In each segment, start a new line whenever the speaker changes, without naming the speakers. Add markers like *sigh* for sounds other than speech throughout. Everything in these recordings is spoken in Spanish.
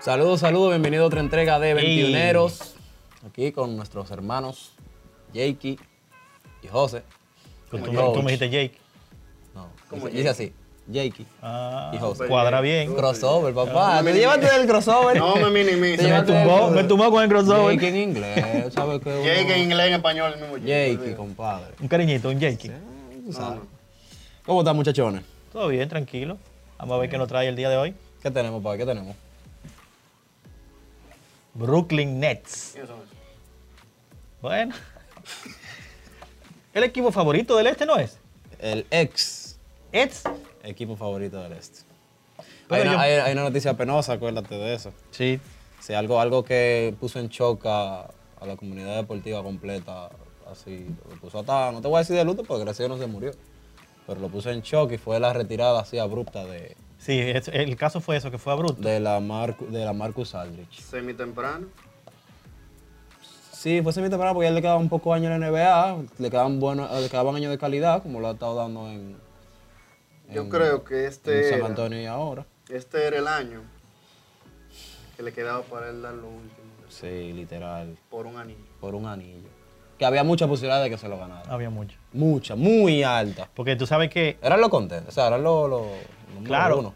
Saludos, saludos, bienvenido a otra entrega de Veintiuneros. Aquí con nuestros hermanos Jakey y José.
Tú,
El
tú-
coach.
tú me dijiste Jake.
No, dice, dice así, Jakey.
Ah,
Y
pues,
José.
cuadra bien.
Crossover, papá. Te
me
llevaste del crossover.
eh, Ah, No me
Te
minimices.
llevaste-
Tumbó- me tumbó con el crossover.
Jakey en inglés, ¿sabes qué? Uno-
Jake en inglés, en español, el mismo Jake.
Jakey, compadre.
Un cariñito, un Jake.
Tú sabes. ¿Cómo están, muchachones?
Todo bien, tranquilo. Vamos a ver qué nos trae el día de hoy.
¿Qué tenemos, papá? ¿Qué tenemos?
Brooklyn Nets.
¿Quiénes son esos?
Bueno. El equipo favorito del este no es.
El ex
¿Ets?
equipo favorito del este. Hay
Pero
una,
yo-
hay- hay una noticia penosa, acuérdate de eso.
Sí.
Sí, algo, algo que puso en shock a, a la comunidad deportiva completa. Así, lo puso hasta, no te voy a decir de luto porque gracias a Dios no se murió. Pero lo puso en shock y fue la retirada así abrupta de,
Sí, es- el caso fue eso, que fue abrupto.
de, la, Marcu- de la Marcus Aldrich.
Semi-temprano.
Sí, fue semi-temprano porque a él le quedaban un poco años en la NBA, le quedaban, buenos, le quedaban años de calidad, como lo ha estado dando en,
Yo creo que
en
este
San
era,
Antonio y ahora.
este era el año que le quedaba para él dar lo último
Sí, literal,
por un anillo.
por un anillo. Que había mucha posibilidad de que se lo ganara.
Había mucho.
Mucha, muy alta.
Porque tú sabes que
Eran los contentes, o sea, eran los... los número
Claro.
uno.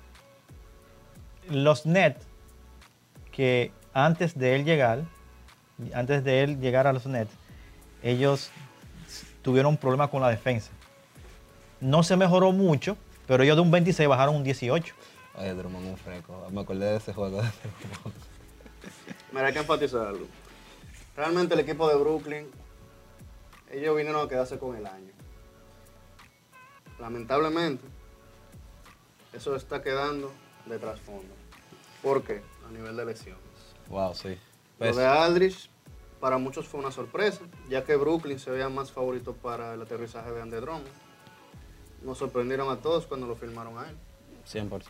los Nets, que antes de él llegar, antes de él llegar a los Nets, ellos tuvieron problemas con la defensa. No se mejoró mucho, pero ellos de un 26 bajaron un 18.
Ay, Eh, Drummond un fresco. Me acordé de ese juego. de Drummond. *laughs*
Mira, hay que enfatizarlo. Realmente el equipo de Brooklyn, ellos vinieron a quedarse con el año. Lamentablemente, eso está quedando de trasfondo. ¿Por qué? A nivel de lesiones.
wow, sí.
Lo
Pues,
de Aldrich para muchos fue una sorpresa, ya que Brooklyn se veía más favorito para el aterrizaje de Andre Drummond. Nos sorprendieron a todos cuando lo firmaron a él.
100%.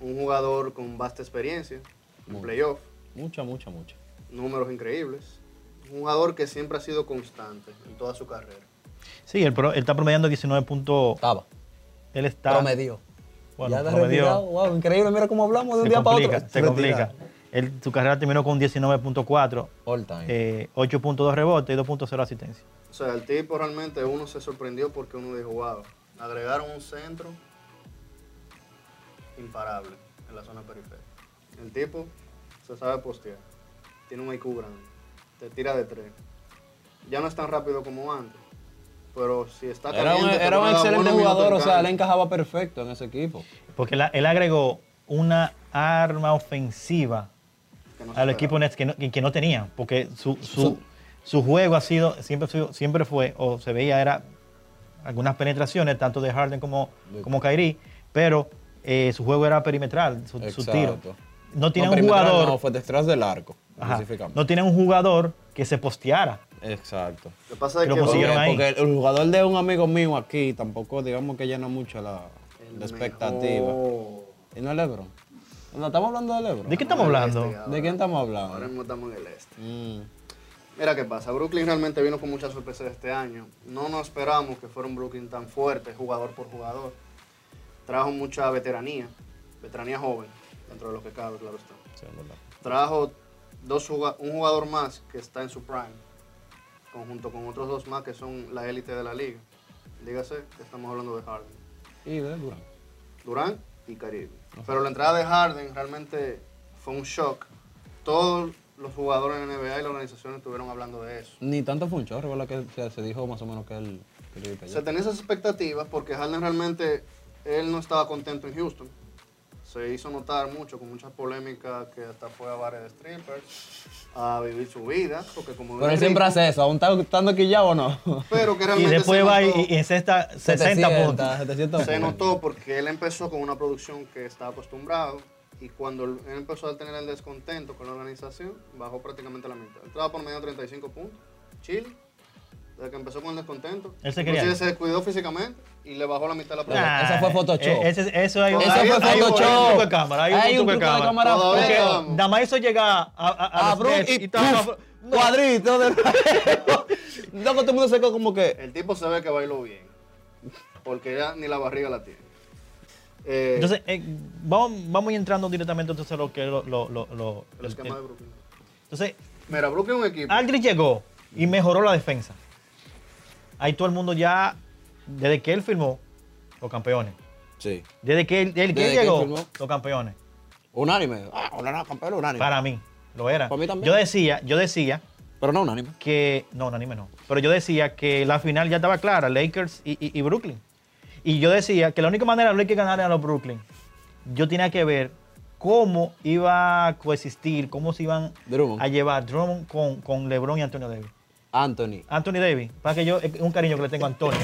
Un jugador con vasta experiencia, en playoff,
Mucha, mucha, mucha.
números increíbles. Un jugador que siempre ha sido constante en toda su carrera.
Sí, él, pro- él está promediando 19 puntos.
Estaba.
Él está.
Promedió.
Bueno,
ya de
promedió.
retirado. Wow, increíble. Mira cómo hablamos de un
Se
día
complica,
para otro.
se complica.
Retirado.
Él- su carrera terminó con 19.4,
All time.
eh, 8.2 rebotes y 2.0 asistencia.
O sea, el tipo realmente uno se sorprendió porque uno dijo, wow, agregaron un centro imparable en la zona periférica. El tipo se sabe postear, tiene un IQ grande, te tira de tres. Ya no es tan rápido como antes, pero si está
era un,
caliente... te
era un
puede dar
excelente
buenos minutos
jugador.
en
O sea,
cancha.
le encajaba perfecto en ese equipo.
Porque la- él agregó una arma ofensiva
que no se
al
esperaba.
equipo Nets que no, que- que no tenía, porque su,
Su-
su, su juego ha sido, siempre, ha sido- siempre fue, o se veía, era algunas penetraciones, tanto de Harden como,
De-
como Kyrie, pero eh, su juego era perimetral, su, su tiro.
Exacto.
No tiene un
perimetral
jugador,
No, fue detrás del arco.
ajá,
Específicamente.
no tiene un jugador que se posteara.
Exacto.
Lo que pasa es
que lo
que...
consiguieron
Bogdan
ahí.
Porque el jugador de un amigo mío aquí tampoco, digamos que llena mucho la,
es el
la expectativa.
mejor.
¿Y no es LeBron? No, estamos hablando de LeBron.
¿De qué estamos hablando?
Este, ahora-
¿De quién estamos
Ahora
hablando?
mismo estamos en el este.
Mm,
Mira qué pasa, Brooklyn realmente vino con muchas sorpresas este año. No nos esperamos que fuera un Brooklyn tan fuerte, jugador por jugador. Trajo mucha veteranía, veteranía joven, dentro de lo que cabe, claro está.
sí, es verdad.
Trajo dos juga- un jugador más que está en su prime, conjunto con otros dos más que son la élite de la liga. Dígase que estamos hablando de Harden,
Y de Durán.
Durán y Caribe. Pero la entrada de Harden realmente fue un shock. Todos los jugadores en NBA y las organizaciones estuvieron hablando de eso.
Ni tanto fue un chorro, ¿verdad? Que se, se dijo más o menos que él quería ir para
Se
allá.
tenía esas expectativas porque Harden realmente, él no estaba contento en Houston. Se hizo notar mucho con muchas polémicas que hasta fue a bares de strippers, a vivir su vida, porque como
Pero
era
él siempre
rico,
hace eso, aún está- estando aquí ya o
*laughs*
no.
pero que
Y
realmente
después
se
va y,
notó,
y encesta 60 puntos.
700
se
puntos.
notó porque él empezó con una producción que estaba acostumbrado y cuando él empezó a tener el descontento con la organización, bajó prácticamente a la mitad. Él estaba por medio de 35 puntos, Chile, desde que empezó con el descontento.
Él se quería
Inclusive
ir. Ah,
se descuidó físicamente y le bajó la mitad de la producción.
Nah,
Esa fue Photoshop.
eh, ese- eso hay,
Esa
hay- hay
fue
un- Hay un
Photoshop.
truco de cámara. Hay un,
Hay un
truco de
truco de
cámara.
cámara.
Todavía
Porque
vamos.
nada más hizo llegar a, a,
A
a los
Brook
Nets
y
eh, estaba-
¡puf! Cuadrito de *laughs* Loco, todo el mundo se quedó como que.
El tipo se ve que bailó bien. Porque ya ni la barriga la tiene. Eh,
Entonces, eh, vamos, vamos entrando directamente entonces a lo que es lo, lo- lo- lo-
el esquema
el-
de Brooklyn.
Entonces,
Mira, Brooklyn es un equipo.
Aldridge llegó y mejoró la defensa. Ahí todo el mundo ya, desde que él firmó, los campeones.
Sí.
Desde que él, desde que
Desde
él
que
llegó,
firmó.
los campeones.
Unánime. Ah, unánime, campeón, unánime.
Para mí, lo era.
Para mí también.
Yo decía, yo decía
Pero no unánime.
que. No, unánime no. Pero yo decía que la final ya estaba clara, Lakers y, y- y Brooklyn. Y yo decía que la única manera de los Lakers ganar a los Brooklyn, yo tenía que ver cómo iba a coexistir, cómo se iban
Drummond.
a llevar Drummond con, con LeBron y Antonio Davis.
Anthony.
Anthony Davis, para que yo, es un cariño que le tengo a Antonio.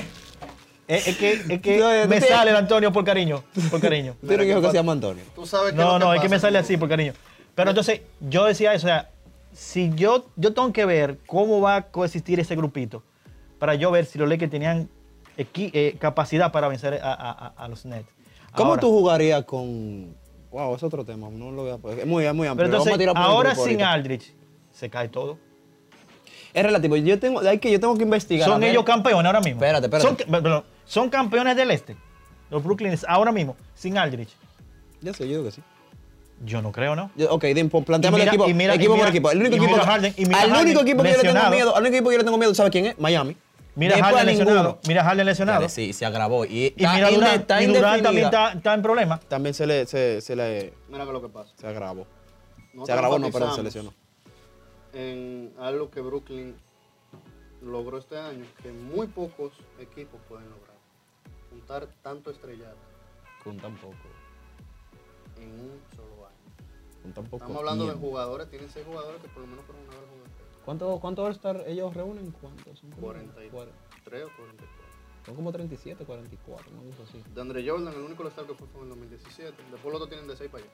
Es, es que, es que
No, no
me
tiene-
sale el Antonio por cariño, por cariño.
¿Tú tienes un hijo que
que
se llama Antonio?
Tú sabes que
No,
lo
no, es
pasa
que me
con
sale
Brooklyn-
así por cariño. Pero entonces yo decía eso, o sea, si yo, yo tengo que ver cómo va a coexistir ese grupito para yo ver si los Lakers tenían equi- eh, capacidad para vencer a, a- a- a los Nets.
¿Cómo
Ahora-
tú jugarías con.? Wow, es otro tema. No lo voy a poner. Es muy, es muy amplio.
Pero
Vamos
entonces,
a tirar por el
ahora
grupo
sin
ahorita.
Aldrich se cae todo.
Es relativo. Yo tengo, hay que, yo tengo que investigar. a
Son
ver.
ellos campeones ahora mismo.
Espérate, espérate.
Son, pe- perdón, son campeones del este. Los Brooklyn Nets ahora mismo, sin Aldrich.
Ya sé, yo digo que sí.
Yo no creo, ¿no?
Yo- ok, Dimpo, planteame
Y
el
mira-
equipo.
y mira-
equipo
y
por
mira-
equipo. El único
y
equipo,
mira Harden, y mira
al
Harden
único equipo que yo le tengo
lesionado.
miedo, al único equipo que yo le tengo miedo, ¿sabes quién es? Miami.
Mira
Después
Harden
a ninguno.
lesionado. Mira Harden lesionado.
Ya, Sí, se agravó. Y,
Y mira
inde-
Durant, y Durant
indefinida.
también está, está en problemas.
También se le, se, se le
Mira que lo que pasa.
se agravó.
No
se agravó, no, perdón, se
enfatizamos
lesionó.
En algo que Brooklyn logró este año, que muy pocos equipos pueden lograr. Juntar tanto estrellado
Kun tampoco.
en un solo año.
Kun tampoco.
Estamos hablando de
Bien.
jugadores, tienen seis jugadores que por lo menos fueron una vez jugadores.
¿Cuántos cuánto All-Star ellos reúnen? ¿Cuántos? Son como 40.
43 o 44.
Son como 37, 44, no cosa así.
De Andre Jordan, el único All-Star que fue fue en el 2017. Después los otros tienen de 6 para allá.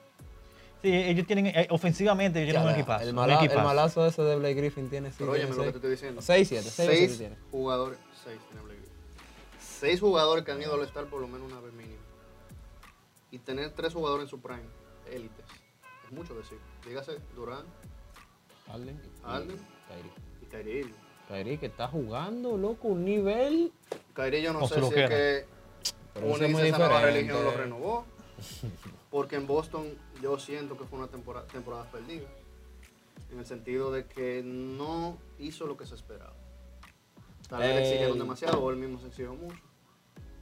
Sí, ellos tienen, eh, ofensivamente, ellos tienen un equipazo.
el,
un
mala- el
equipazo.
malazo ese de Blake Griffin tiene 6.
Pero óyeme lo que te estoy diciendo.
6, 7, 6,
6
7
jugadores, 6 tiene Blake Griffin. 6 jugadores que han ido al estar por lo menos una vez mínimo. Y tener 3 jugadores en su prime, élites. Es mucho decir. Dígase Durán
Harden.
Harden.
Kyrie.
y Kyrie. Irving.
Kyrie que está jugando, loco, un nivel.
Kyrie yo no
Con
sé
su
si es
loquera.
que
Pero eso es muy
unirse a esa nueva
diferente.
religión lo
*laughs*
renovó. Porque en Boston yo siento que fue una temporada, temporada perdida. En el sentido de que no hizo lo que se esperaba. Tal vez le
Eh.
exigieron demasiado o él mismo se exigió mucho.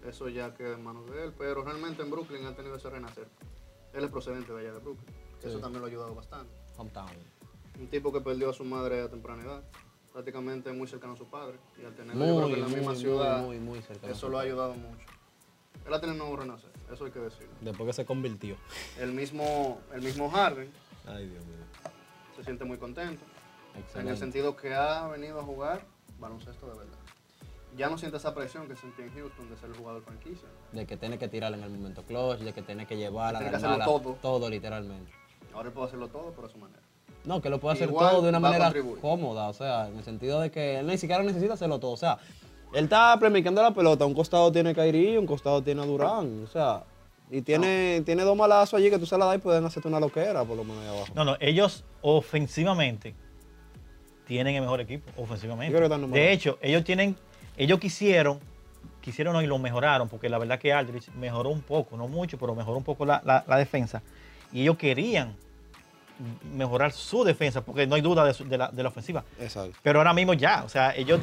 Eso ya queda en manos de él. Pero realmente en Brooklyn ha tenido ese renacer. Él es procedente de allá de Brooklyn. Eso
Sí.
también lo ha ayudado bastante.
Hometown.
Un tipo que perdió a su madre a temprana edad. Prácticamente muy cercano a su padre. Y al tenerlo yo creo
Muy,
que en la
muy,
misma
muy,
ciudad.
muy, muy cercano.
Eso lo ha ayudado mucho. Él ha tenido un nuevo renacer, eso hay que decirlo.
Después que se convirtió.
El mismo, el mismo Harden
Ay, Dios mío.
se siente muy contento, en el
Excelente.
sentido que ha venido a jugar baloncesto de verdad. Ya no siente esa presión que sentía en Houston de ser el jugador franquicia.
De que tiene que tirar en el momento clutch, de que tiene que llevar a
Tiene
la
que hacerlo todo.
todo literalmente.
Ahora él puede hacerlo todo, pero a su manera.
No, que lo puede hacer
Igual
todo de una
va a
manera
contribuir.
cómoda, o sea, en el sentido de que él ni siquiera necesita hacerlo todo, o sea, él está premicando la pelota, un costado tiene Kairi, un costado tiene a Durán, o sea, y tiene, tiene dos malazos allí que tú se la das y pueden hacerte una loquera por lo menos ahí abajo.
No, no, ellos ofensivamente tienen el mejor equipo, ofensivamente.
Yo creo que están número
de
uno.
hecho, ellos tienen, ellos quisieron, quisieron no, y lo mejoraron, porque la verdad que Aldrich mejoró un poco, no mucho, pero mejoró un poco la, la- la defensa. Y ellos querían mejorar su defensa, porque no hay duda de, su- de la, de la ofensiva.
Exacto.
Pero ahora mismo ya, o sea, ellos,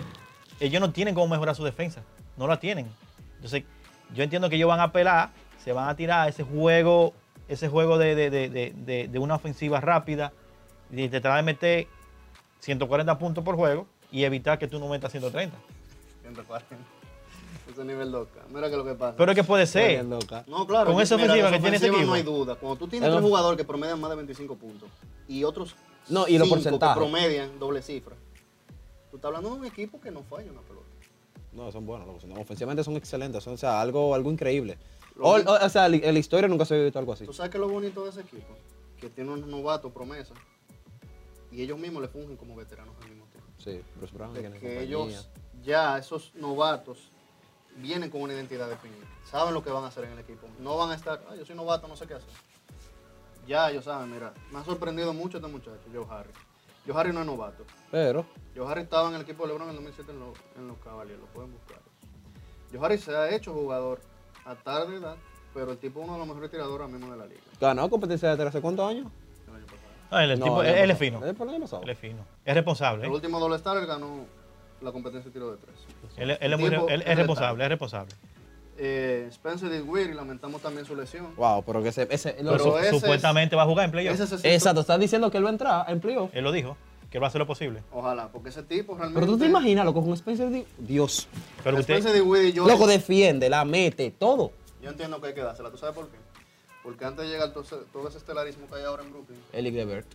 ellos no tienen cómo mejorar su defensa. No la tienen. Entonces, yo entiendo que ellos van a apelar, se van a tirar a ese juego, ese juego de, de- de- de- de- de una ofensiva rápida, y te tratar de meter 140 puntos por juego y evitar que tú no metas 130.
*laughs* 140. Ese nivel loca. Mira que lo que pasa.
Pero es que puede ser.
Bien loca.
no, claro.
con esa
mira,
ofensiva
esa
que tiene ese
ofensiva No hay
equipo.
duda. Cuando tú tienes
Pero-
tres jugadores que promedian más de 25 puntos y otros
No, y los
cinco que
porcentajes.
promedian doble cifra, tú estás hablando de un equipo que no falla una pelota.
No, son buenos, loco, son- ofensivamente son excelentes, son, o sea, algo, algo increíble.
Lo
O,
único-
o- o sea, li- en la historia nunca se había visto algo así.
¿Tú sabes qué es lo bonito de ese equipo? Que tiene unos novatos promesas y ellos mismos le fungen como veteranos al mismo tiempo.
Sí, Bruce Brown,
De
que en
que
compañía.
ellos ya, esos novatos, vienen con una identidad definida. Saben lo que van a hacer en el equipo. No van a estar, "Ah, yo soy novato, no sé qué hacer. Ya ellos saben, mira, me ha sorprendido mucho este muchacho, Joe Harry. Joe Harry no es novato.
Pero,
Joe Harry estaba en el equipo de LeBron en el 2007 en, los- en los Cavaliers, lo pueden buscar. Joe Harry se ha hecho jugador a tarde edad, pero el tipo es uno de los mejores tiradores mismo de la liga.
Ganó competencia de hace cuántos años?
el año pasado.
No, el
No,
tipo,
el
él,
año
él es
pasado.
fino.
Él fue el año pasado.
Él es fino. Es responsable.
El
¿eh?
último All Star él ganó la competencia de tiro de tres.
Él, él es, muy
tipo
re- él
es
es
letal.
responsable, es responsable.
Eh, Spencer Dinwiddie, lamentamos también su lesión.
Wow, pero que ese. ese
Pero
Pero
su-
ese es-
supuestamente va a jugar en playoff.
Ese se siente-
exacto, estás diciendo que él va a entrar en playoff.
Él lo dijo, que él va a hacer lo posible.
Ojalá, porque ese tipo realmente.
Pero tú te imaginas, loco, con Spencer Di- Dios.
Pero usted,
Spencer Dinwiddie, yo,
Loco, defiende, la mete, todo.
yo entiendo que hay que dársela. ¿Tú sabes por qué? Porque antes de llegar todo ese, todo ese estelarismo que hay ahora en Brooklyn,
Eli Levert.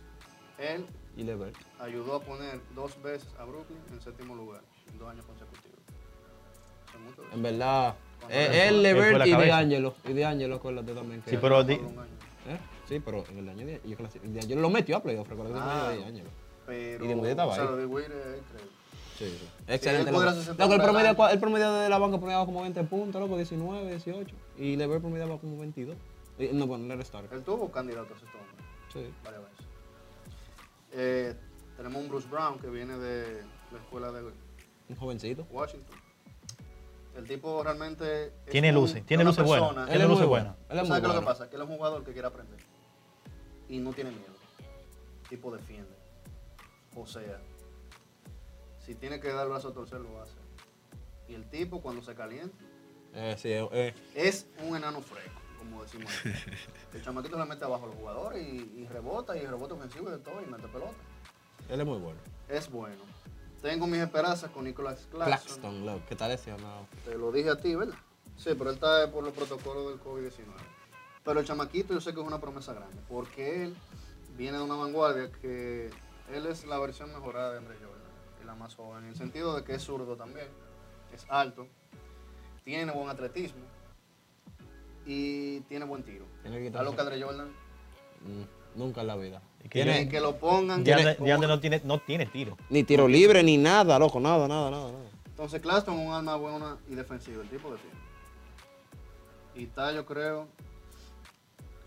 él
Y Levert.
ayudó a poner dos veces a Brooklyn en séptimo lugar, en dos años consecutivos. Eso es mucho.
En verdad.
Cuando
eh,
él fue-
Él,
él fue
Levert
la
y
cabeza.
DeAngelo. Y DeAngelo, acuérdate también que.
Sí, pero di-
Solo un año.
¿Eh? Sí, pero en el año de yo clasi- DeAngelo lo metió a playoff, recuerda que se
Ah.
metió DeAngelo.
Pero.
Y Dinwiddie estaba
o sea,
ahí.
lo de Dinwiddie es increíble.
Sí, sí. Excelente.
podrá
loco.
hacer
Loco, el,
setenta
promedio,
años.
cua- el promedio de la banca promediaba como 20 puntos, loco, 19, 18. Y Levert promediaba como 22. Y- no, bueno, no era Stark.
Él tuvo candidatos a este hombre
Sí.
varias veces. Eh, tenemos un Bruce Brown que viene de la escuela de
Un jovencito.
Washington. El tipo realmente. es
Tiene
un-
luces, tiene
una
luces buenas.
persona-
Él no luce bueno.
Él es muy
¿Sabes qué es lo que
bueno.
pasa? Que él es un jugador que quiere aprender. Y no tiene miedo. El tipo defiende. O sea, si tiene que dar el brazo a torcer, lo hace. Y el tipo, cuando se calienta,
Eh, sí, eh, eh.
es un enano fresco, como decimos.
*laughs*
aquí. el chamaquito le mete abajo a los jugadores y, y rebota, y rebota ofensivo y de todo, y mete pelota.
él es muy bueno.
Es bueno. Tengo mis esperanzas con Nicolas Claxton.
Claxton, loco, que está lesionado.
Te lo dije a ti, ¿verdad? Sí, pero él está por los protocolos del COVID-19. Pero el chamaquito yo sé que es una promesa grande, porque él viene de una vanguardia que él es la versión mejorada de Andre Jordan, es la más joven, en el sentido de que es zurdo también, es alto, tiene buen atletismo y tiene buen tiro.
Tiene que
A lo
quitarse.
que Andre Jordan,
Mm, Nunca en la vida.
Y que
Tiene-
que, que lo pongan.
DeAndre-
como-
Oh.
DeAndre no tiene, no tiene tiro.
Ni tiro libre, ni nada, loco, nada, nada, nada. nada.
Entonces Claxton es un arma buena y defensiva, el tipo defiende. Y está, yo creo,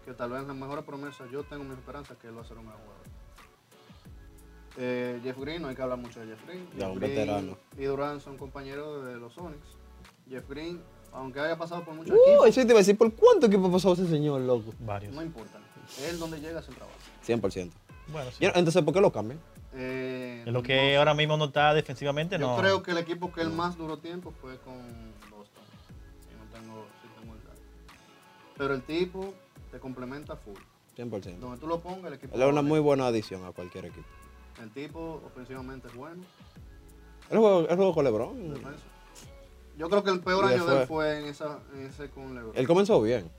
que tal vez la mejor promesa, yo tengo mi esperanza que él va a ser un gran jugador. Eh, Jeff Green, no hay que hablar mucho de Jeff Green.
Ya,
Jeff
un
Green
veterano.
Y Durant son compañeros de los Sonics. Jeff Green, aunque haya pasado por muchos
Uy,
equipos,
sí te iba a decir, ¿por cuánto equipo ha pasado ese señor, loco?
Varios.
no importa. Él donde llega es el trabajo.
100%.
Bueno, sí.
Yo- Entonces, ¿por qué lo cambian?
Eh,
En lo que ahora mismo no está defensivamente,
Yo
Este no.
creo que el equipo que él más duró tiempo fue con Boston. Si no tengo, si tengo el dato. Pero el tipo te complementa full.
100%.
Donde tú lo pongas, el equipo.
Él es una
lo
muy buena adición a cualquier equipo.
defiende. El tipo ofensivamente es bueno.
Él jugó, él jugó con LeBron.
defensa. Yo creo que el peor
Y
año de
fue-
él fue en, esa, en ese con LeBron.
Él comenzó bien.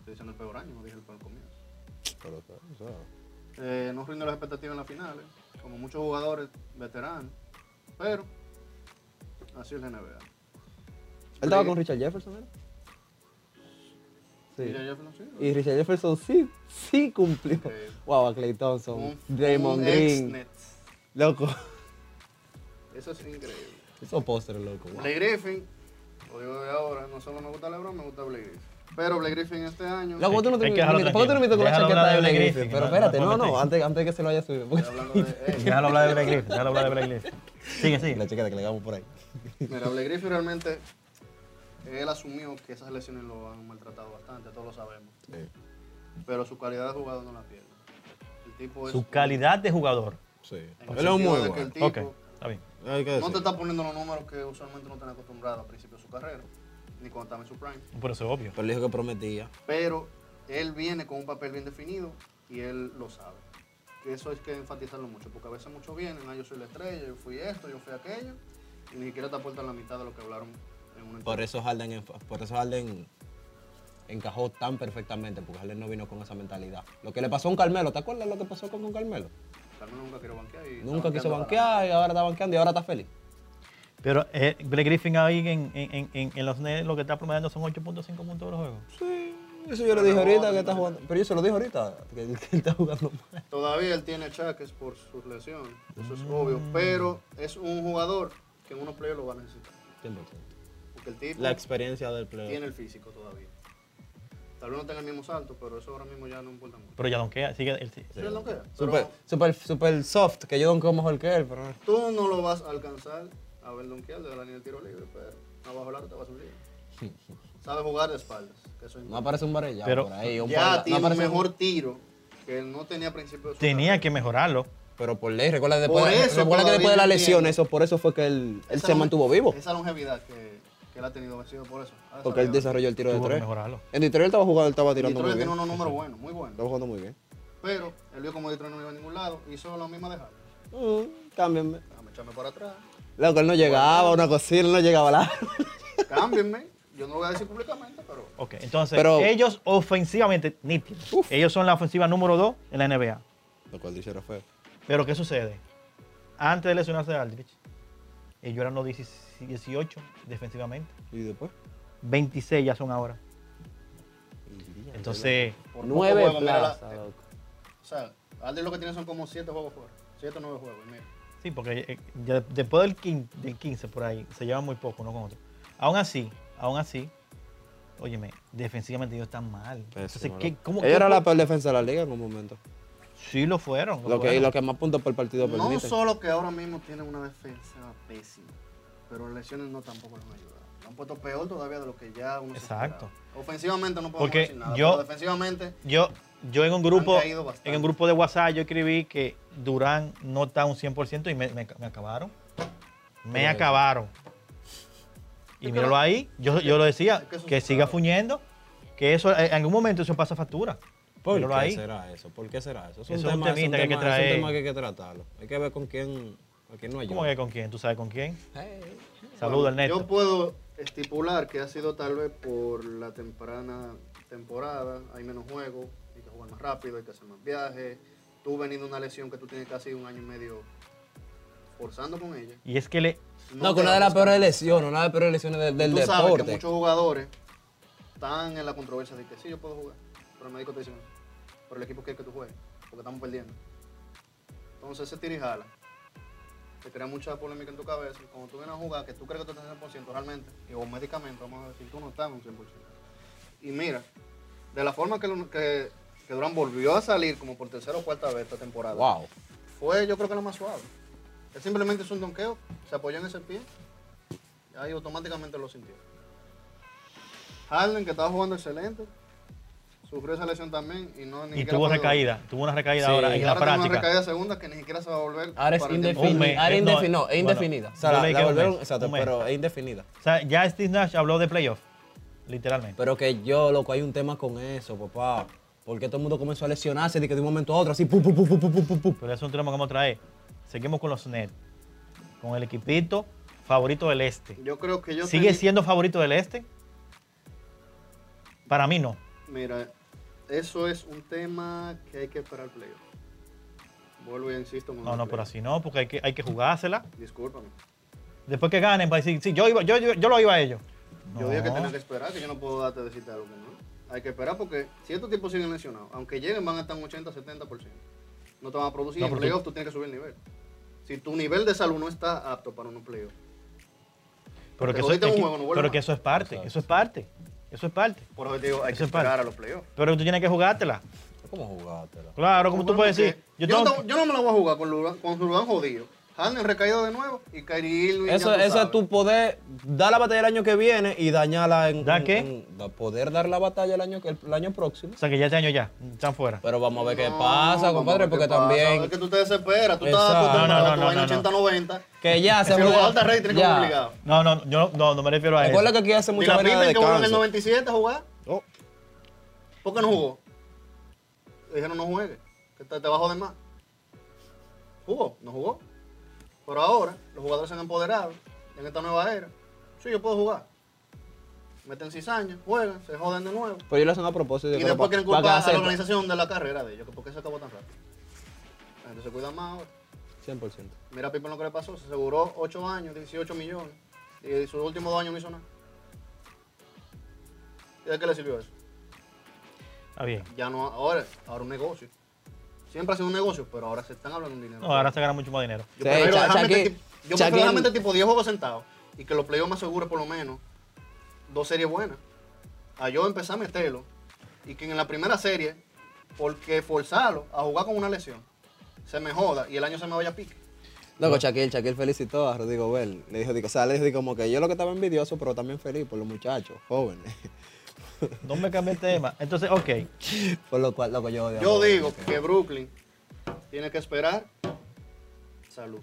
Estoy diciendo el peor año, no dije el peor comienzo.
Pero, o sea,
Eh, no rinde las expectativas en las finales, como muchos jugadores veteranos. Pero así es la NBA.
él estaba con Richard Jefferson, ¿era?
Y ya
Sí.
Jefferson, sí, Eh,
Y Richard Jefferson sí, sí cumplió.
Increíble.
Wow, a Clay Thompson,
un-
Draymond
un
Green.
ex-net.
Loco.
Eso es increíble.
Esos pósteres, loco. wow.
Blake Griffin, lo digo de ahora, no solo me gusta LeBron, me gusta Blake Griffin. Pero Blake Griffin este año,
Loco, tú no
Hay
te
que dejarlo
invitas- ¿Por qué tú no invitas con la
tranquilo.
chaqueta de
Déjalo hablar de
Blake
Blake
Griffin?
Griffin,
Pero
no- no
espérate, no, no,
competeis.
antes, antes de que se lo haya subido.
estoy hablando de eh, él.
Déjalo hablar de Blake Griffin, déjalo hablar de Blake Griffin. Sigue,
La
sigue.
chaqueta que le damos por ahí.
Mira, Blake Griffin realmente, él asumió que esas lesiones lo han maltratado bastante, todos lo sabemos.
Sí,
Pero su calidad de jugador no la pierde. El tipo es...
Su calidad de jugador.
sí.
en el
Él es
sentido
muy
de que
bueno.
el tipo
Ok, está bien.
Hay que
No te
decir.
está poniendo los números que usualmente no están acostumbrados al principio de su carrera, ni cuando estaba en su prime.
Por eso es obvio.
Pero él dijo que prometía.
pero él viene con un papel bien definido y él lo sabe. Que eso hay que enfatizarlo mucho, porque a veces muchos vienen, ah, yo soy la estrella, yo fui esto, yo fui aquello, y ni siquiera te aportan la mitad de lo que hablaron en una
Por
entrevista.
eso Harden, enf- por eso Harden encajó tan perfectamente, porque Harden no vino con esa mentalidad. Lo que le pasó a un Carmelo, ¿te acuerdas lo que pasó con, con Carmelo?
Carmelo nunca quiso banquear. Y está
Nunca quiso
banqueando
banquear y ahora está banqueando y ahora está feliz.
Pero eh, Blake Griffin ahí en, en- en- en- en los Nets lo que está promediando son 8.5 puntos de los juegos.
Sí, eso yo le dije ahorita que está jugando. Pero yo se lo dije ahorita, que él está jugando mal.
ahora. Todavía él tiene achaques por sus lesiones, eso es obvio,
Mm.
pero es un jugador que en unos players lo va a necesitar, porque el tipo
La experiencia del
tiene
playoff.
el físico todavía. Tal vez no tenga el mismo salto, pero eso ahora mismo ya no importa mucho.
Pero ya no queda, sigue el- sí.
Sí, lo que es, pero-
Super, super, super soft, que yo donkeo mejor que él, pero...
pues, Tú no lo vas a alcanzar a ver Dunkel de la línea del tiro libre, pero abajo del aro te va a subir. Sabe jugar de espaldas. que eso
No
importa.
aparece un Varela
Pero-
por ahí. un
ya
Varela- no
tiene un
aparece un-
mejor tiro que él no tenía a principio de su
Tenía
carrera.
que mejorarlo.
Pero por ley, recuerda, después,
Por eso
recuerda que después de la
todavía
lesión,
entiendo.
eso, por eso fue que él, él
Esa
se
longe-
mantuvo vivo.
Esa longevidad que, que él ha tenido ha sido por eso. Ha
Porque él
desarrollado.
desarrolló el tiro de
Tuvo que
tres.
mejorarlo.
En Detroit él estaba jugando, él estaba tirando
Detroit
muy bien.
tiene unos números buenos, muy buenos.
Estaba jugando muy bien.
Pero él vio como Detroit no iba a ningún lado, hizo lo mismo de Harden.
Mm, cámbienme.
Déjame echarme para atrás.
Loco, él no llegaba, una cosilla, él no llegaba a la...
Cámbienme. Yo no lo voy a decir públicamente, pero
Ok, entonces
Pero-
ellos ofensivamente nítidos.
Uf.
Ellos son la ofensiva número 2 en la NBA.
Lo cual dice Rafael.
Pero ¿qué sucede? Antes de lesionarse Aldrich, ellos eran los 18 defensivamente.
¿Y después?
26 ya son ahora. Entonces,
por poco
Nueve
juego, mira la- eh,
plazas, loco.
O sea, Aldi lo que tiene son como siete juegos fuera. Siete o nueve juegos. y Mira.
sí, porque eh, ya después del quin- del 15, por ahí, se llevan muy poco uno con otro. Aún así, aún así, óyeme, defensivamente ellos están mal. Entonces,
Pésimo,
¿qué,
loco.
cómo,
Ella era
cómo-
la peor defensa de la liga en un momento.
Sí lo fueron. lo
Lo que, y
fueron.
lo que más puntos por partido
No
permite.
solo que ahora mismo tienen una defensa pésima, pero las lesiones no tampoco les han ayudado. Lo han puesto peor todavía de lo que ya uno se
Exacto.
esperaba. Ofensivamente no podemos
Porque
decir nada,
yo-
pero defensivamente
Yo, yo en un grupo
Han caído bastante.
en un grupo de WhatsApp yo escribí que Durán no está un 100% y me, me- me acabaron. Me
Pero-
acabaron. Y míralo ahí. Yo, yo lo decía,
Es que eso
que
es
siga
claro.
fuñendo, que eso en algún momento eso pasa factura.
¿Por
Míralo
qué
ahí.
será eso? ¿Por qué será eso? Es un,
Eso es un
tema, es un
temita que hay que
tema- es un
traer.
tema que hay que tratarlo. Hay que ver con quién, a quién no ayuda.
¿Cómo que con quién? ¿Tú sabes con quién?
Hey.
Saludos,
Bueno,
Ernesto.
Yo puedo estipular que ha sido tal vez por la temprana temporada, hay menos juegos, hay que jugar más rápido, hay que hacer más viajes. Tú venido de una lesión que tú tienes casi un año y medio forzando con ella.
Y es que le...
No,
te
que una
va
de
a
las peores lesiones, una de las peores lesiones del, del
tú
deporte.
sabes que muchos jugadores están en la controversia de que sí, yo puedo jugar, pero el médico te dice, no, pero el equipo quiere que tú juegues, porque estamos perdiendo. Entonces ese tira y jala. Te crea mucha polémica en tu cabeza. y Cuando tú vienes a jugar, que tú crees que tú estás en 100% realmente, y o médicamente, vamos a decir, tú no estás en un 100%. Y mira, de la forma que, lo- que, que Durán volvió a salir como por tercera o cuarta vez esta temporada,
Wow.
fue yo creo que lo más suave. Él simplemente hizo un donqueo, se apoyó en ese pie, y ahí automáticamente lo sintió. Harden, que estaba jugando excelente, sufrió esa lesión también y no ni
Y
siquiera
tuvo
fue de-
recaída. Tuvo una recaída
Sí.
ahora
Y
en la
ahora tiene una
práctica.
recaída segunda que ni siquiera se va a volver.
Ahora es
para el tiempo.
Un mes,
indefinida. Ahora es
no,
indefinida. No, es
bueno,
indefinida. O sea,
yo
la,
leí
la
que un
volvieron,
mes,
exacto,
un mes.
pero es indefinida.
O sea, ya Steve Nash habló de playoff, literalmente.
Pero que yo, loco, hay un tema con eso, papá. Porque todo el mundo comenzó a lesionarse de que de un momento a otro, así, pum, pum, pum, pum, pum, pum, pum, pum.
Pero eso es un tema que vamos a traer. Seguimos con los Nets. Con el equipito favorito del este.
Yo creo que yo
¿Sigue
teni-
siendo favorito del este? Para mí no.
Mira, eso es un tema que hay que esperar al playoff. Vuelvo y insisto.
No,
con el
no,
playoff.
pero así no, porque hay que, hay que jugársela.
Discúlpame.
Después que ganen, para decir, sí, yo, iba, yo, yo, yo lo iba a ellos.
Yo
No.
dije que tenía que esperar, que yo no puedo darte decirte algo que no. Hay que esperar porque si estos tipos siguen lesionados, aunque lleguen van a estar un 80, 70%. No te van a producir.
No,
en
pero tú-
playoff tú tienes que subir el nivel. Si tu nivel de salud no está apto para unos playoffs,
Pero,
te
que eso,
jodiste
es
un
que-
juego, no vuelve
pero
más.
que eso es parte,
Exacto.
eso es parte, eso es parte.
por eso te digo, hay
Eso
que
es parte.
esperar a los playoffs.
Pero tú tienes que jugártela.
¿Cómo jugártela?
Claro, como tú
Bueno,
puedes
porque
decir.
Yo,
Yo
no
tengo-
tengo- yo no me la voy a jugar con Lurán, con Lurán jodido. Harden recaído de nuevo y Kyrie Irving. ya
Eso,
tú
eso es
sabes.
tu poder dar la batalla el año que viene y dañarla en.
¿Da
en-
qué?
en- da- poder dar la batalla el año, que- el año próximo.
O sea, que ya este año ya, están fuera.
Pero vamos a ver qué
No,
pasa,
vamos a
compadre,
ver qué
porque
pasa.
también.
Es que tú te desesperas, tú estás
Exacto.
acostumbrado
No, no,
a tu
no, no,
vaina
no.
80-90.
Que ya
Si
se
el
juega-
jugador está ready, tienes que
ya.
jugar obligado.
No, no, yo no, no, no me refiero a eso.
Recuerda que aquí hace
Ni
mucha
la
vaina de
Pippen que jugó en el
descanso.
97 a jugar.
Oh.
¿Por qué no jugó? Le dijeron no juegue, que te, te va a joder más. Jugó, no jugó. Pero ahora los jugadores se han empoderado en esta nueva era. Sí, yo puedo jugar. Meten cizaña, juegan, se joden de nuevo.
Pero pues yo lo hacen a propósito. yo
Y
creo,
después
pa-
quieren
pa que
culpar a la
sepa.
organización de la carrera de ellos, que por qué se acabó tan rápido. La gente se cuida más ahora.
100%.
Mira a Pippen lo que le pasó, se aseguró 8 años, 18 millones. Y sus últimos dos años no hizo nada. ¿Y de qué le sirvió eso?
Está bien.
Ya no, ahora, ahora un negocio. Siempre ha sido un negocio, pero ahora se están hablando de dinero.
No, ahora se gana mucho más dinero.
Sí,
Yo prefiero
Sha-
dejarme
Shaquille-
este tipo- yo prefiero
Shaquille-
dejarme este tipo 10 juegos sentados y que los playoffs me aseguren por lo menos dos series buenas. A yo empezar a meterlo y que en la primera serie, porque forzarlo a jugar con una lesión, se me joda y el año se me vaya a pique.
Luego Shaquille, Shaquille felicitó a Rodrigo Bell. Le dijo, digo, o sea, le dijo digo, como que yo lo que estaba envidioso, pero también feliz por los muchachos, jóvenes. *laughs*
No me cambié el tema. Entonces, ok.
por lo cual, loco, yo odio a
Yo
Bogdan,
digo
porque-
que Brooklyn tiene que esperar salud.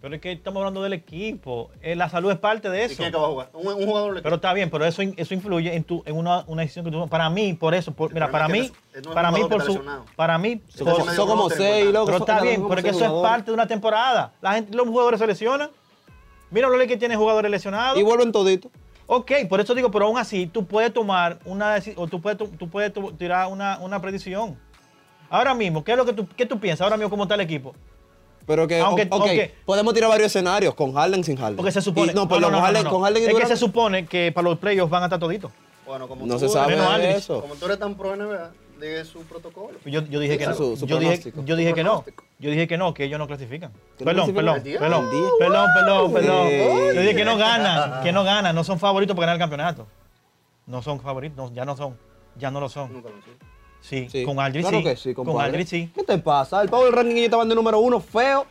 Pero es que estamos hablando del equipo. Eh, la salud es parte de
¿Y
eso.
quién es que va a jugar? Un, un jugador
Pero está bien, pero eso, in- eso influye en, tu, en una, una decisión que tú Para mí, por eso, por- mira,
problema
para
es que
mí,
no es- no es
para
un
mí, por
jugador que
su,
está lesionado.
para mí,
Este
por-
es
Son,
medio
son como
roster,
seis,
¿verdad?
loco.
pero
son-
está
son
bien,
como
porque
seis
eso es
jugadores.
parte de una temporada. La gente, los jugadores se lesionan. Mira lo que tiene jugadores lesionados.
Y vuelven todito.
Ok, por eso digo, pero aún así tú puedes tomar una deci- o tú puedes, tu- tú puedes tu- tirar una, una predicción. Ahora mismo, ¿qué es lo que tú, qué tú piensas ahora mismo cómo está el equipo?
Pero que,
Aunque-
ok,
aunque-
podemos tirar varios escenarios, con Harden, sin Harden.
Porque se supone. Ah,
Y- no, pero con Harden, con Harden y
Es que
Durant,
se supone que para los playoffs van a estar toditos.
Bueno, como
no
tú
se
eres-
sabe
menos Aldridge.
eso.
Como tú eres tan pro NBA, de su protocolo.
Yo, yo dije que no.
Su- su
yo, dije,
pronóstico.
yo dije
Su
que no.
pronóstico.
Yo dije que no, que ellos no clasifican.
¿Que no
Perdón,
clasifican?
perdón,
El
día.
perdón,
El día.
perdón, perdón, perdón.
Ey.
Yo dije que no ganan, que no ganan, no son favoritos para ganar el campeonato. No son favoritos, no, ya no son, ya no lo son.
Nunca lo sé.
Sí,
Sí.
con Aldridge
Claro
sí.
que sí,
con
compadre.
Aldridge sí.
¿Qué te pasa? El Power Ranking ellos estaban de número uno, feo,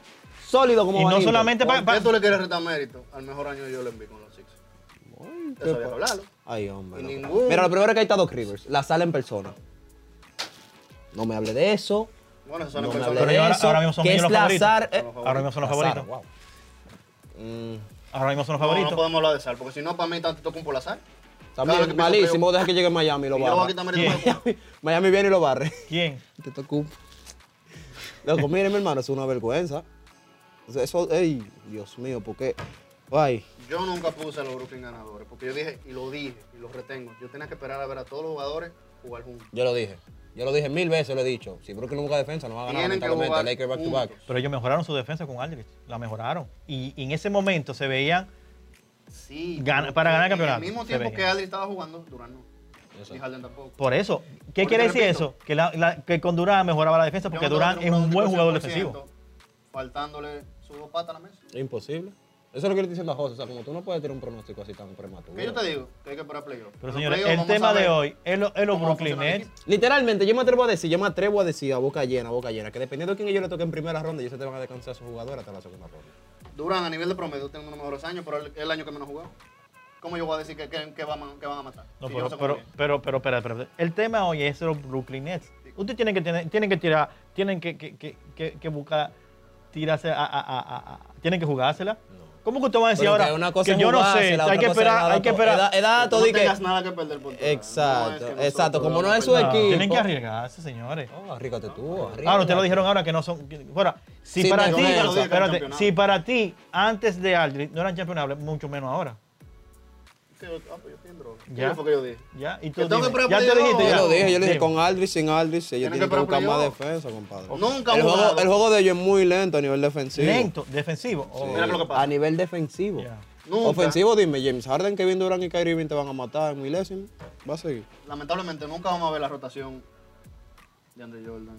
sólido como
Y no
vainilla.
solamente
¿Por
para...
qué tú le quieres retar mérito al mejor año yo le envío con los Six?
Ay, qué
Eso había
pa-
que hablarlo.
Ay, hombre.
Y
loco.
ningún-
Mira, lo primero es que ahí está Doc Rivers. La sala en persona. No me hable de eso.
Bueno, eso
No
no
me
es
hable
Pero
de
yo ahora-
eso.
ahora mismo son
que
ellos
es
los
la
favoritos.
zar- eh,
Ahora mismo son los
la zar,
favoritos.
wow. Mm,
Ahora mismo son los
No, no
favoritos.
podemos hablar de sal, porque si no, para mí tanto toca un polazar.
también
Claro que pienso
malísimo,
que
deja que llegue Miami y lo
Y yo voy a
barre.
quitar mérito.
¿Quién?
*laughs* Miami viene y lo barre.
¿Quién?
Te tocó. un- Loco, mire, mi hermano, es una vergüenza. O sea, Eso, ey, Dios mío, porque. Ay,
Yo nunca puse a los Brooklyn ganadores, porque yo dije, y lo dije, y lo retengo, yo tenía que esperar a ver a todos los jugadores jugar juntos.
yo lo dije. Yo lo dije mil veces, lo he dicho. Si Brooklyn no busca defensa, no va a ganar,
Tienen que
Ah, lamentablemente. Lakers
jugar
back to back.
juntos.
Pero ellos mejoraron su defensa con Aldridge. La mejoraron. Y, y en ese momento se veían...
Sí.
Gana-
pero
para ganar el
en
campeonato,
Al mismo
se
tiempo
veía.
que Adri estaba jugando, Durán no.
Exacto.
Ni Harden tampoco.
Por eso. ¿Qué
Porque
quiere decir
repito,
eso? Que, la- la- que con Durán mejoraba la defensa porque
Yo no
Durán es
creo que
un buen jugador
100%
defensivo.
Faltándole sus dos patas a la mesa.
Es imposible. Eso es lo que le estoy diciendo a José. O sea, como tú no puedes tirar un pronóstico así tan prematuro.
Que yo te digo, que hay que esperar playoff.
Pero
En los
señores,
playoffs
el
vamos a
tema de
saber
hoy es los lo
cómo va a
Brooklyn
funcionar el
Nets.
equipo.
Literalmente, yo me atrevo a decir, yo me atrevo a decir a boca llena, a boca llena, que dependiendo de quién ellos le toquen en primera ronda, ellos se te van a descansar a sus jugadores hasta la segunda ronda.
Durán, a nivel de promedio, tiene uno de los mejores años, pero es el año que menos jugó. ¿Cómo yo voy a decir que, que, que van, a- que van a matar?
No,
Si yo
pero,
sé
pero,
cómo viene.
pero, pero, espera, espera, espera. El tema hoy es los Brooklyn Nets. Ustedes tienen que, tener- tienen que tirar, tienen que, que, que, que, que buscar, tirarse a, a- a- a- a- Tienen que jugársela. ¿Cómo que usted va a decir
Pero
ahora?
que una cosa es
yo no sé,
jugársela,
hay
otra
que
cosa es
esperar,
dar
hay que
to-
esperar.
es dar- es dar
Tú
todo y
no
que-
tengas nada que perder por Durán.
Exacto,
No es que nosotros
exacto, como no es su
vamos a
equipo.
perder.
Ah, Tienen que arriesgarse, señores.
Oh, arrícate tú,
Ah.
arrícate.
Ahora, ustedes lo dijeron ahora que Ah, no son. que- Ahora, si
Sí,
para
no,
ti,
yo nunca lo
dije que
espérate,
eran campeonatos.
si para ti antes de Aldridge no eran campeonables, mucho menos ahora.
Que yo- ah, pues yo estoy en droga.
Ya.
¿Qué fue que yo dije?
Ya, y tú
Que tengo
dime.
que esperar
ya te
playoff.
dijiste.
Yo
ya.
lo dije, yo le dije,
Dime.
con Aldridge, sin Aldridge, ellos
Tienen
tienen que
que
buscar más
playoff.
defensa, compadre.
Nunca
el,
jugado.
juego, el juego de ellos es muy lento a nivel defensivo.
Lento, defensivo. Oh,
Mira lo que pasa.
A nivel defensivo.
Ya.
Nunca.
Ofensivo, dime, James Harden, Kevin Durant y Kyrie Irving te van a matar en milésimo. Va a seguir.
Lamentablemente nunca vamos a ver la rotación de Andre Jordan.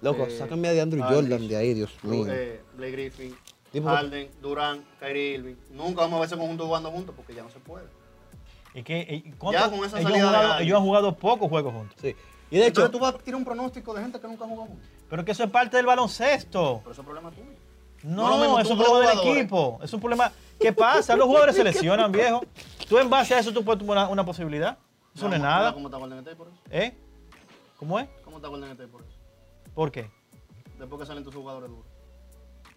Loco,
Eh,
sácame a DeAndre
Aldridge.
Jordan de ahí, Dios mío.
Eh, Blake Griffin,
Tipo-
Harden, Durán, Kyrie Irving. Nunca vamos a ver ese conjunto jugando juntos porque ya no se puede.
¿Y qué, y cuánto-
con
ellos,
esa
han
salida de
jugado,
Aldridge.
ellos han jugado pocos juegos juntos.
Sí. Y de hecho,
Entonces tú vas a tirar un pronóstico de gente que nunca jugó juntos.
Pero que eso es parte del baloncesto.
Pero ese es problema tuyo. No,
No,
lo mismo,
es
tú
un
con los
problema del
jugadores.
equipo. Es un problema. ¿Qué pasa? Los jugadores se lesionan, viejo. Tú en base a eso tú puedes tomar una, una posibilidad. Eso no es
Vamos a ver
nada.
¿Cómo está Golden State por eso?
¿Eh? ¿Cómo es?
¿Cómo está Golden State por eso?
¿Por qué?
Después que salen tus jugadores duros.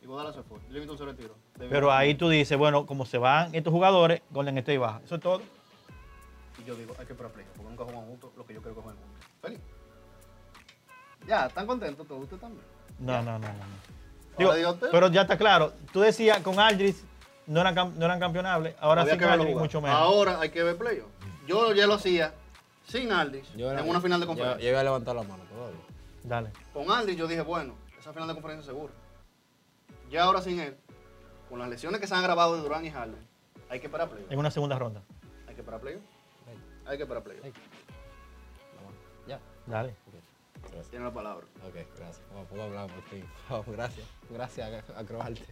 Iguodala se fue. Livingston se retiró. David
Pero
West-
ahí tú dices, bueno, como se van estos jugadores, Golden State baja. Eso es todo.
Y yo digo, hay que esperar playoff, porque nunca juegan juntos lo que yo creo que juegan juntos. Feliz. Ya, ¿están contentos todos ustedes también?
No, no, no, no. no.
Ahora
Digo,
diga usted.
pero ya está claro. Tú decías con Aldridge no eran, cam- no eran campeonables. Ahora
Había
sí
que
con
verlo
Aldridge
jugar.
mucho menos.
Ahora hay que ver playoff. Yo ya lo hacía sin Aldis
yo era-
en una final de
yo-
conferencia.
Yo iba a levantar la mano todavía.
Dale.
Con Aldis yo dije, bueno, esa final de conferencia segura. Ya ahora sin él, con las lesiones que se han grabado de Durán y Harden, hay que esperar playoff.
En una segunda ronda.
Hay que esperar playoff. Hay que esperar playoff.
Ya.
Dale.
Gracias.
Tiene la palabra.
Ok, gracias. Wow, puedo hablar por fin. *laughs* Wow, gracias. Gracias, a- acrobarte.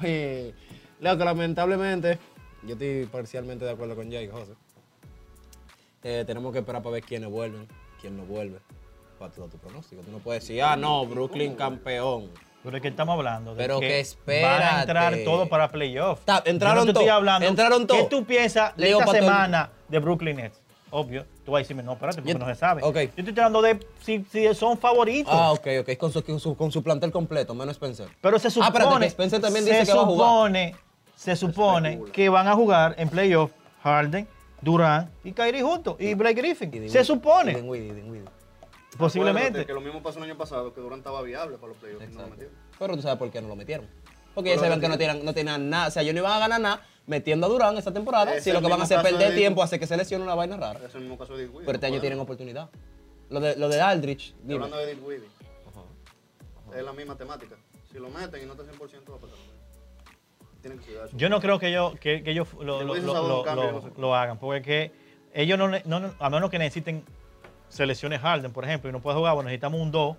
Oye, loco, lamentablemente, yo estoy parcialmente de acuerdo con Jake, José. Eh, tenemos que esperar para ver quiénes vuelven, quién no vuelve. Para todo tu pronóstico. Tú no puedes decir, ah, no, Brooklyn campeón.
Pero es que estamos hablando de
Pero que
van a
espérate.
entrar todo para playoff.
Ta- entraron
Yo no te estoy
todo,
hablando.
entraron
¿Qué
todo.
tú piensas de
Leo
esta
Patel.
semana de Brooklyn Nets? Obvio, tú vas a decirme, no, espérate, porque
Yo-
no se sabe.
ok.
Yo estoy hablando de si, si son favoritos.
Ah, ok, ok. Con su, con su- con su plantel completo, menos Spencer.
Pero se supone,
Ah, espérate, que Spencer también dice
se
que va a jugar.
supone, se supone
Especula.
que van a jugar en playoff Harden, Durant y Kyrie juntos y Blake Griffin.
Y
se
Dinwiddie, y
supone,
Dinwiddie, Dinwiddie.
posiblemente.
Acuérdate Que lo mismo pasó el año pasado, que Durant estaba viable para los playoffs. y No lo
Exacto.
metió.
Pero tú sabes por qué no lo metieron. Porque
No
ellos
lo
saben que no
metieron.
tenían, no tenían nada. O sea, ellos no iban a ganar nada metiendo a Durán esta temporada.
Es
si lo
el
que van a
mismo
hacer es
caso
perder
de-
tiempo, hace que se lesione una vaina rara.
Es el mismo caso de Dick
Pero este año tienen oportunidad. Lo de, lo de Aldrich, dime.
Hablando de Dick Weedy,
Ajá.
es la misma temática. Si lo meten y no está 100% va a pasar. Tienen que cuidarse.
Yo no creo que ellos, que, que ellos lo,
Le
lo-
hubiese
lo-
dado un
lo-
cambio,
lo-
no sé.
lo hagan, porque es que ellos no, ne- no- no- a menos que necesiten selecciones Harden, por ejemplo, y no puede jugar, bueno, necesitamos un 2.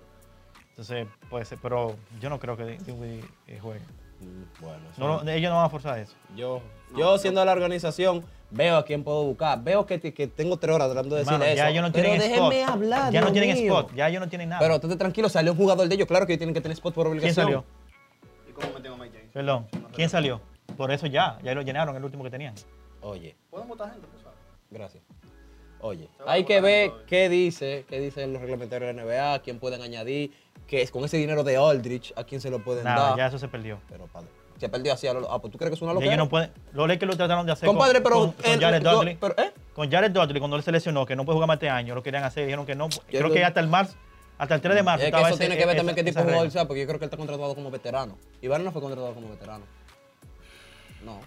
Entonces, puede ser, pero yo no creo que Dinwiddie eh, juegue.
Mm, Bueno, eso
No, no, ellos no van a forzar eso.
Yo, yo siendo la organización, veo a quién puedo buscar. Veo que, te- que tengo tres horas tratando de
Hermano,
decirle
ya
eso.
ellos no
pero
tienen spot.
déjenme hablar,
ya no
Dios
tienen
mío.
spot, ya ellos no tienen nada.
Pero estate tranquilo, salió un jugador de ellos. Claro que ellos tienen que tener spot por
¿Quién
obligación.
salió?
¿Y cómo meten a Mike James?
Perdón, ¿quién salió? Por eso ya, ya lo llenaron, el último que tenían.
Oye,
Pueden votar gente, tú sabes.
gracias. Oye,
Se va
hay
a
que
votar
ver
todavía.
qué dice, qué dicen los reglamentarios de la NBA, quién pueden añadir, que es con ese dinero de Aldrich, a quién se lo pueden
Nada,
dar.
ya eso se perdió.
Pero padre, se perdió así a lo- Ah, pues tú crees que es una
Ellos
locura.
no pueden, los Lakers lo trataron de hacer
Compadre,
con,
pero
con- con
el-
Jared
lo-
Dudley.
pero, ¿eh?
Con Jared Dudley, cuando él se lesionó, que no puede jugar más este año, lo querían hacer, dijeron que no. creo
lo-
que hasta el marzo, hasta el 3 de marzo.
Es que
Ah, estaba
eso
ese-
tiene que ver
esa-
también qué tipo
esa
de jugador
regla.
sea, porque yo creo que él está contratado como veterano. Iván no fue contratado como veterano. No.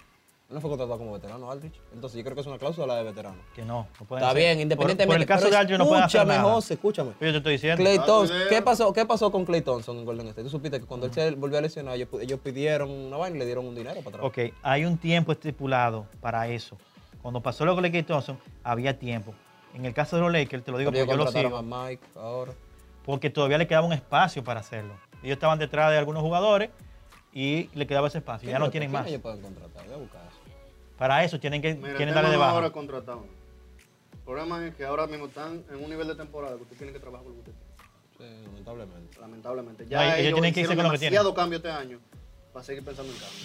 Él no fue contratado como veterano, Aldrich. Entonces yo creo que es una cláusula de veterano.
Que no, no pueden
Está
hacer.
bien,
Por-
independientemente.
Por, el caso
pero
de Aldridge no pueden hacer
Escúchame,
nada.
José, escúchame.
Pero yo te estoy diciendo.
Clay
Ah,
Thompson,
cuidado.
¿qué pasó, ¿qué pasó con Clay Thompson en Golden State? Tú supiste que cuando él se volvió a lesionar, ellos, ellos pidieron una vaina y le dieron un dinero para atrás.
Ok, hay un tiempo estipulado para eso. Cuando pasó lo con Lakers Thompson, había tiempo. En el caso de los Lakers, te lo digo
Pero
porque yo
ellos
lo
contrataron
sigo,
a Mike ahora.
porque todavía le quedaba un espacio para hacerlo. Ellos estaban detrás de algunos jugadores y le quedaba ese espacio. Ya no tienen
¿Quién
más.
ellos pueden contratar? Voy a buscar eso.
Para eso tienen que
Mira,
tienen
el
darle
tema
de
no
baja.
ahora contratado. El problema es que ahora mismo están en un nivel de temporada que ustedes tienen que trabajar por lo que ustedes tienen,
Sí, lamentablemente.
Lamentablemente.
No,
Ya
ellos
ellos,
tienen que irse
hicieron
con lo que tienen.
demasiado cambio este año para seguir pensando en cambio.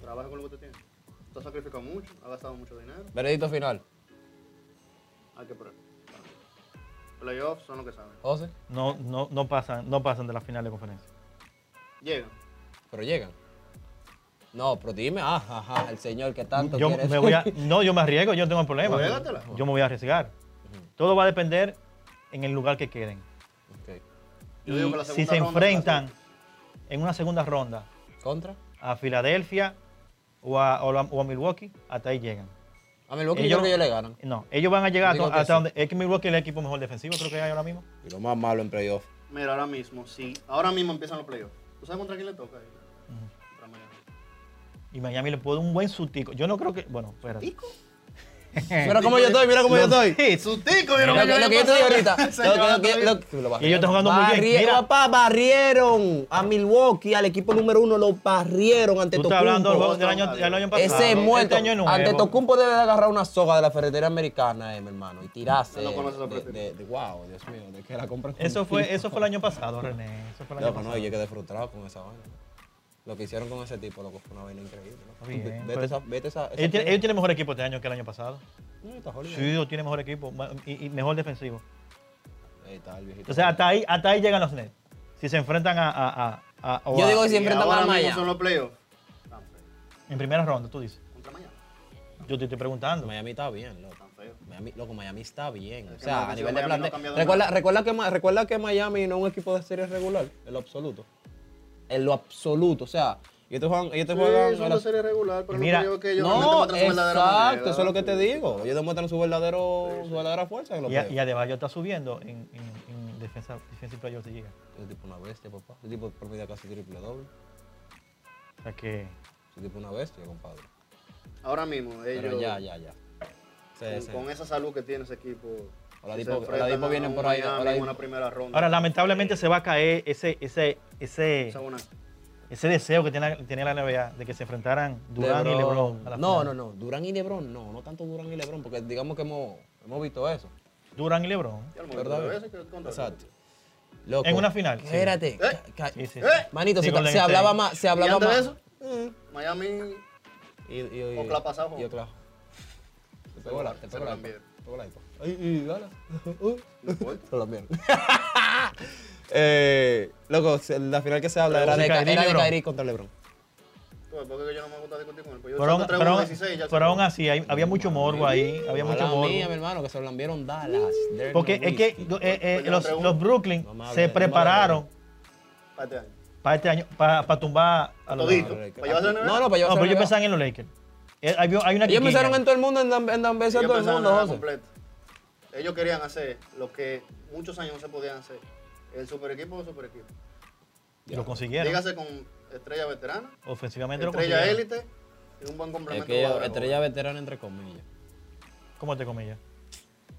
Trabaja con lo que usted tiene. Usted ha sacrificado mucho, ha gastado mucho dinero.
Veredicto final.
Hay que probar. Playoffs son lo que saben.
José,
No, no, no pasan, no pasan de la final de conferencia.
Llegan.
pero llegan. No, pero dime, ah, ajá, el señor que tanto
Yo
quiere
me
eso.
voy a, no, yo me arriesgo, yo no tengo problema.
Juégatela.
Yo me voy a arriesgar. Todo va a depender en el lugar que queden.
Ok.
Yo
Y
digo que la
si
segunda
se
ronda
enfrentan
se
en una segunda ronda
¿Contra?
a Filadelfia o a, o la- o a Milwaukee, hasta ahí llegan.
A Milwaukee yo creo que ellos le ganan.
Eh, No, ellos van a llegar
Yo digo que
hasta
sí.
donde. Es que Milwaukee es el equipo mejor defensivo, creo que hay ahora mismo.
Y lo más malo en playoff.
Mira, ahora mismo, sí. Ahora mismo empiezan los playoffs. ¿Tú sabes contra quién le toca? ahí? Contra Miami.
Y Miami le puede un buen sutico. Yo no creo que. Bueno, espérate.
¿Tico?
Mira cómo yo estoy, mira cómo yo estoy.
Hits.
¡Su
Lo
tico!
que, lo que yo te digo *laughs* ahorita. lo que- lo que- lo que- lo
Y ellos están jugando muy bien.
Barrieron,
Mira.
papá, barrieron a Milwaukee, al equipo número uno, lo barrieron ante
Tú estás hablando del juego
Tocumpo.
del año, del año pasado.
Ese es muerto.
Este año es nuevo.
ante Tocumpo debe de agarrar una soga de la ferretera americana, eh, mi hermano, y tirarse. eh,
No conoce
de,
esa ferretera.
de- de- wow, Dios mío, de que la compra.
Eso fue, eso fue el año pasado, René. Eso fue el año
Loco,
pasado.
no, yo quedé frustrado con esa vaina. Lo que hicieron con ese tipo, loco, fue una vaina increíble. loco.
Bien,
Vete
pero-
esa- Vete esa. esa
Ellos tienen,
prueba.
ellos tienen mejor equipo este año que el año pasado.
No, está jodido.
Sí, ellos tienen mejor equipo ma- y, y mejor defensivo.
Ahí está el viejito.
O sea, hasta ahí, hasta ahí llegan los Nets. Si se enfrentan a. a, a- a- o
Yo
a-
digo que
Y
si enfrentamos
ahora
a
mismo
Maya.
son los playoffs. Tan feo.
En primera ronda, tú dices.
Contra Miami.
Yo te estoy preguntando.
Miami está bien, loco.
Tan feo.
Miami, loco, Miami está bien.
Es
O
que
sea,
no,
a
que
nivel de
Miami no ha
plantel.
cambiado
Recuerda,
nada.
recuerda, que, Ma- recuerda que Miami no es un equipo de serie regular, en lo absoluto. En lo absoluto. O sea, ellos te juegan. Ellos te juegan
Sí, son
a la-
de serie regular, pero
Mira,
lo que digo es que ellos
no,
realmente muestran su verdadera
exacto,
manera.
eso es lo que te digo. Ellos demuestran su verdadero, su verdadera fuerza en los
Y, a-
playoffs.
y Adebayo está subiendo en, en, en defensa, defensive player de liga.
Ese tipo es una bestia, papá. Ese tipo promedia casi triple doble.
O sea que.
Ese tipo es una bestia, compadre.
Ahora mismo, ellos,
Pero ya, ya, ya. Sí,
con,
sí.
con esa salud que tiene ese equipo,
Oladipo-
se enfrentan
Oladipo
a
viene
un
por ahí,
Miami
Oladipo.
en una primera ronda.
Ahora, lamentablemente se va a caer ese, ese, ese,
Esa es una-
ese deseo que tenía, tenía la NBA de que se enfrentaran Durán y LeBron. a la
No,
final.
no, no. Durán y Lebron, no. No tanto Durán y Lebron, porque digamos que hemos, hemos visto eso.
Durán y LeBron.
Ya lo hemos visto
¿Verdad?
tres veces que contra-
Exacto. Loco.
en una final. sí.
Espérate. ca- ca-
Sí, sí, sí.
¿Eh?
Manito, se,
Sí, con
se
Golden
hablaba
State.
más. Se
¿Y
hablaba
antes de
más.
eso?
Mm.
Miami.
Y, y, y,
Oklahoma pasado,
Y
ojo.
Oklahoma. Te pego la, te
Se
pego
lo
la,
cambié.
te pego la hipo. Uh. Ay, y gala. Uy.
No importa.
*laughs* Se lo cambiaron. eh, loco, se- la final que se habla era de,
Sí, Kyrie,
era de
LeBron.
Kyrie contra LeBron.
Tú, ¿Por qué yo no me gusta discutir con él? Pues yo
Pero, aún-
saco tres,
pero
uno,
aún-
16, ya
pero
se
aún
acabó.
así, hay- había mucho morbo ahí, había mucho
Mala
morbo.
mía, mi hermano, que se lo enviaron Dallas. They're
Porque
no
es que
risky.
yo- eh, eh,
Pues yo
los,
pregunto.
los Brooklyn
No me hables, no
se
me hables.
prepararon
Para este año.
para este año, para, para tumbar a los
Todito.
Lakers.
¿Para llevarse a la NBA?
No, no, para llevarse a
No, pero
la
yo
NBA.
pensaba en los Lakers. Eh, Hay, hay una
Ellos pensaron
quiquilla.
en todo el mundo, en dan- en dan beso a
Ellos
todo el
pensaban en
mundo,
la
José.
completa. Ellos querían hacer lo que muchos años no se podían hacer. El super equipo o super equipo.
Y Lo consiguieron.
Dígase con estrella veterana,
Ofensivamente lo
estrella
consiguieron.
élite y un buen
Es
complemento.
que ellos,
jugador.
estrella veterana, entre comillas.
¿Cómo te comillas?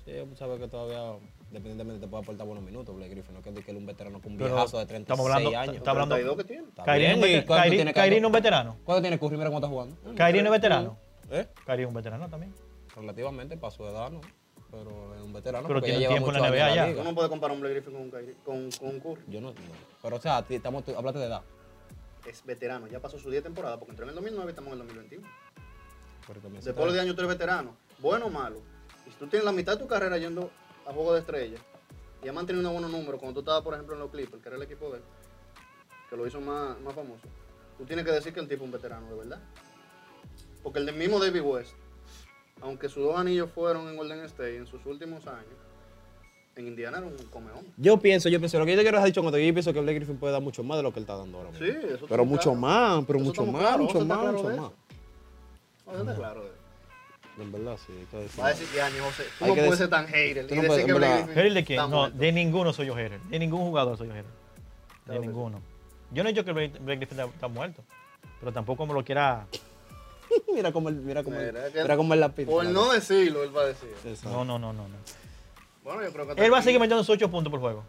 Sí, yo sabes que todavía, dependientemente, te puede aportar buenos minutos, Blake Griffin. No es que él es un veterano con un
Pero
viejazo de 36
estamos hablando-
años.
estamos hablando-
32 que tiene.
Está
Kyrie
bien,
no es
¿y
veter-
cuánto
Kyrie-
tiene
Kyrie
Kyrie?
no es un veterano.
¿Cuánto tiene Curry? Mira cómo está jugando.
Kyrie no es veterano.
¿Eh?
Kyrie es un veterano también.
Relativamente, para su edad, no. Pero es un veterano.
Pero
porque
tiene
ya lleva
tiempo en la
muchos años
NBA ya.
liga.
Tú no puedes comparar un Blake Griffin con un, Kyrie- con, con un Curry.
Yo no, no. Pero, o sea, a ti estamos, tú- háblate de edad.
Es veterano, ya pasó su 10 temporadas porque entró en el 2009 y estamos en el 2021.
Porque me
Después de los 10 años tú eres veterano, bueno o malo. Y si tú tienes la mitad de tu carrera yendo a juego de estrella y has mantenido un buen número, cuando tú estabas, por ejemplo, en los Clippers, que era el equipo de él, que lo hizo más, más famoso, tú tienes que decir que el tipo es un veterano, de verdad. Porque el del mismo David West, aunque sus dos anillos fueron en Golden State en sus últimos años, en Indiana era un come hombre.
Yo pienso, yo pienso, lo que yo te quiero has dicho cuando yo pienso que Blake Griffin puede dar mucho más de lo que él está dando ahora. mismo.
Sí, eso
Pero
estamos
mucho
claros.
más, pero
Eso
mucho
estamos
más,
claros,
mucho
vamos a
más,
estar
mucho
claro de
más.
No, eso está claro. de-
En verdad, sí. hay que decirlo.
Va a decir que año, José, tú
Hay
no
que
puedes
decir-
ser tan hater.
tú
Y
no
decir
puedes-
que
en verdad.
Blake Griffin
¿Hater de quién?
está
No,
muerto.
de ninguno soy yo hater. De ningún jugador soy yo hater. De
Claro que sí.
ninguno. Yo no he dicho que Blake Blake Griffin está, está muerto. Pero tampoco me lo quiera.
*laughs* mira cómo él, mira cómo él,
Mira que-
mira cómo él la pinta.
Por no decirlo, él va a decir.
Exacto.
No, no, no, no. no.
Bueno, yo creo que. hasta
Él va a
aquí-
seguir metiendo sus 8 puntos por juego.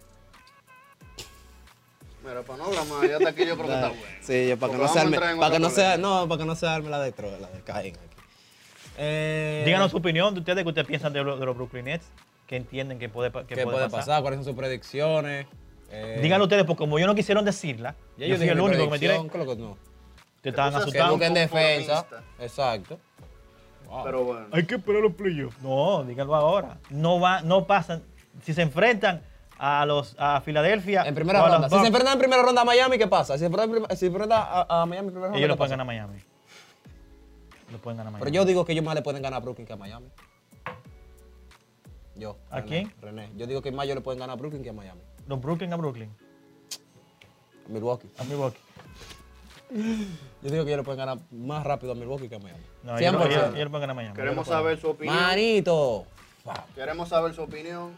Mira, para no hablar más, ya hasta aquí yo creo que está bueno.
Sí, ya para
Porque
que no
vamos
se
a
arme,
entrar en
para
otro
que no se,
problema.
no, para que no se arme la de Troy, la de Caín aquí. Eh,
Díganos su opinión de ustedes, que ustedes piensan de, lo- de los Brooklyn Nets. ¿Qué entienden que puede, pa- que
qué
puede
puede
pasar?
pasar, cuáles son sus predicciones. Eh,
Díganlo ustedes, porque como ellos no quisieron decirla,
ya
yo fui
dije
el
mi
único que me tiré.
predicción, creo que no.
Te estaban
cosas que
Que
Tan
asustando.
busquen defensa.
conformista.
Exacto. Wow.
Pero bueno.
Hay que esperar los playoffs. No, díganlo ahora. No va, no pasan. Si se enfrentan a los a Filadelfia,
en primera
o a
ronda.
los
Si se
Bucks,
enfrentan en primera ronda a Miami, ¿qué pasa? Si se enfrentan, en prim- si se enfrentan a, a Miami en primera ronda,
ellos lo
¿qué
pueden
pasa?
ganar a Miami. Lo pueden ganar a Miami.
Pero yo digo que ellos más le pueden ganar a Brooklyn que a Miami. Yo.
¿A
René,
quién?
René. Yo digo que más ellos le pueden ganar a Brooklyn que a Miami.
Los Brooklyn a Brooklyn,
A Milwaukee.
a Milwaukee.
Yo digo que ellos le pueden ganar más rápido a Milwaukee que a Miami.
No, ellos, lo-
100%.
ellos- ellos lo pueden ganar a Miami.
Queremos saber su opinión.
Manito. Wow.
Queremos saber su opinión.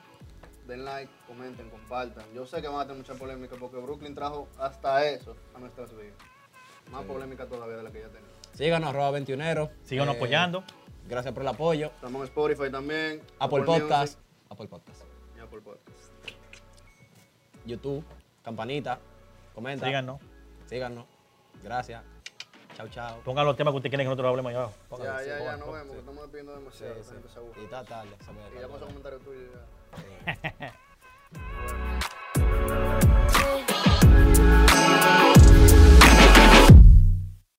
Den like, comenten, compartan. Yo sé que van a tener mucha polémica porque Brooklyn trajo hasta eso a nuestras vidas. Más polémica todavía de la que ya tenemos.
Síganos, arroba 21
Síganos apoyando.
Gracias por el apoyo.
Estamos en Spotify también.
Apple
Music
Podcast. Apple Podcast.
y Apple Podcast.
YouTube. Campanita. Comenta.
Síganos.
Síganos. Gracias. Chao, chao.
Pongan los temas que ustedes quieren que nosotros hablemos allá abajo. Pongan.
Ya, ya, ya,
bueno,
nos
bueno,
vemos, que estamos despidiendo demasiado.
Sí,
esta
sí.
gente se aburre.
Y está tarde. se me
Y ya
descargó.
pasó comentario tuyo. ya. Bueno.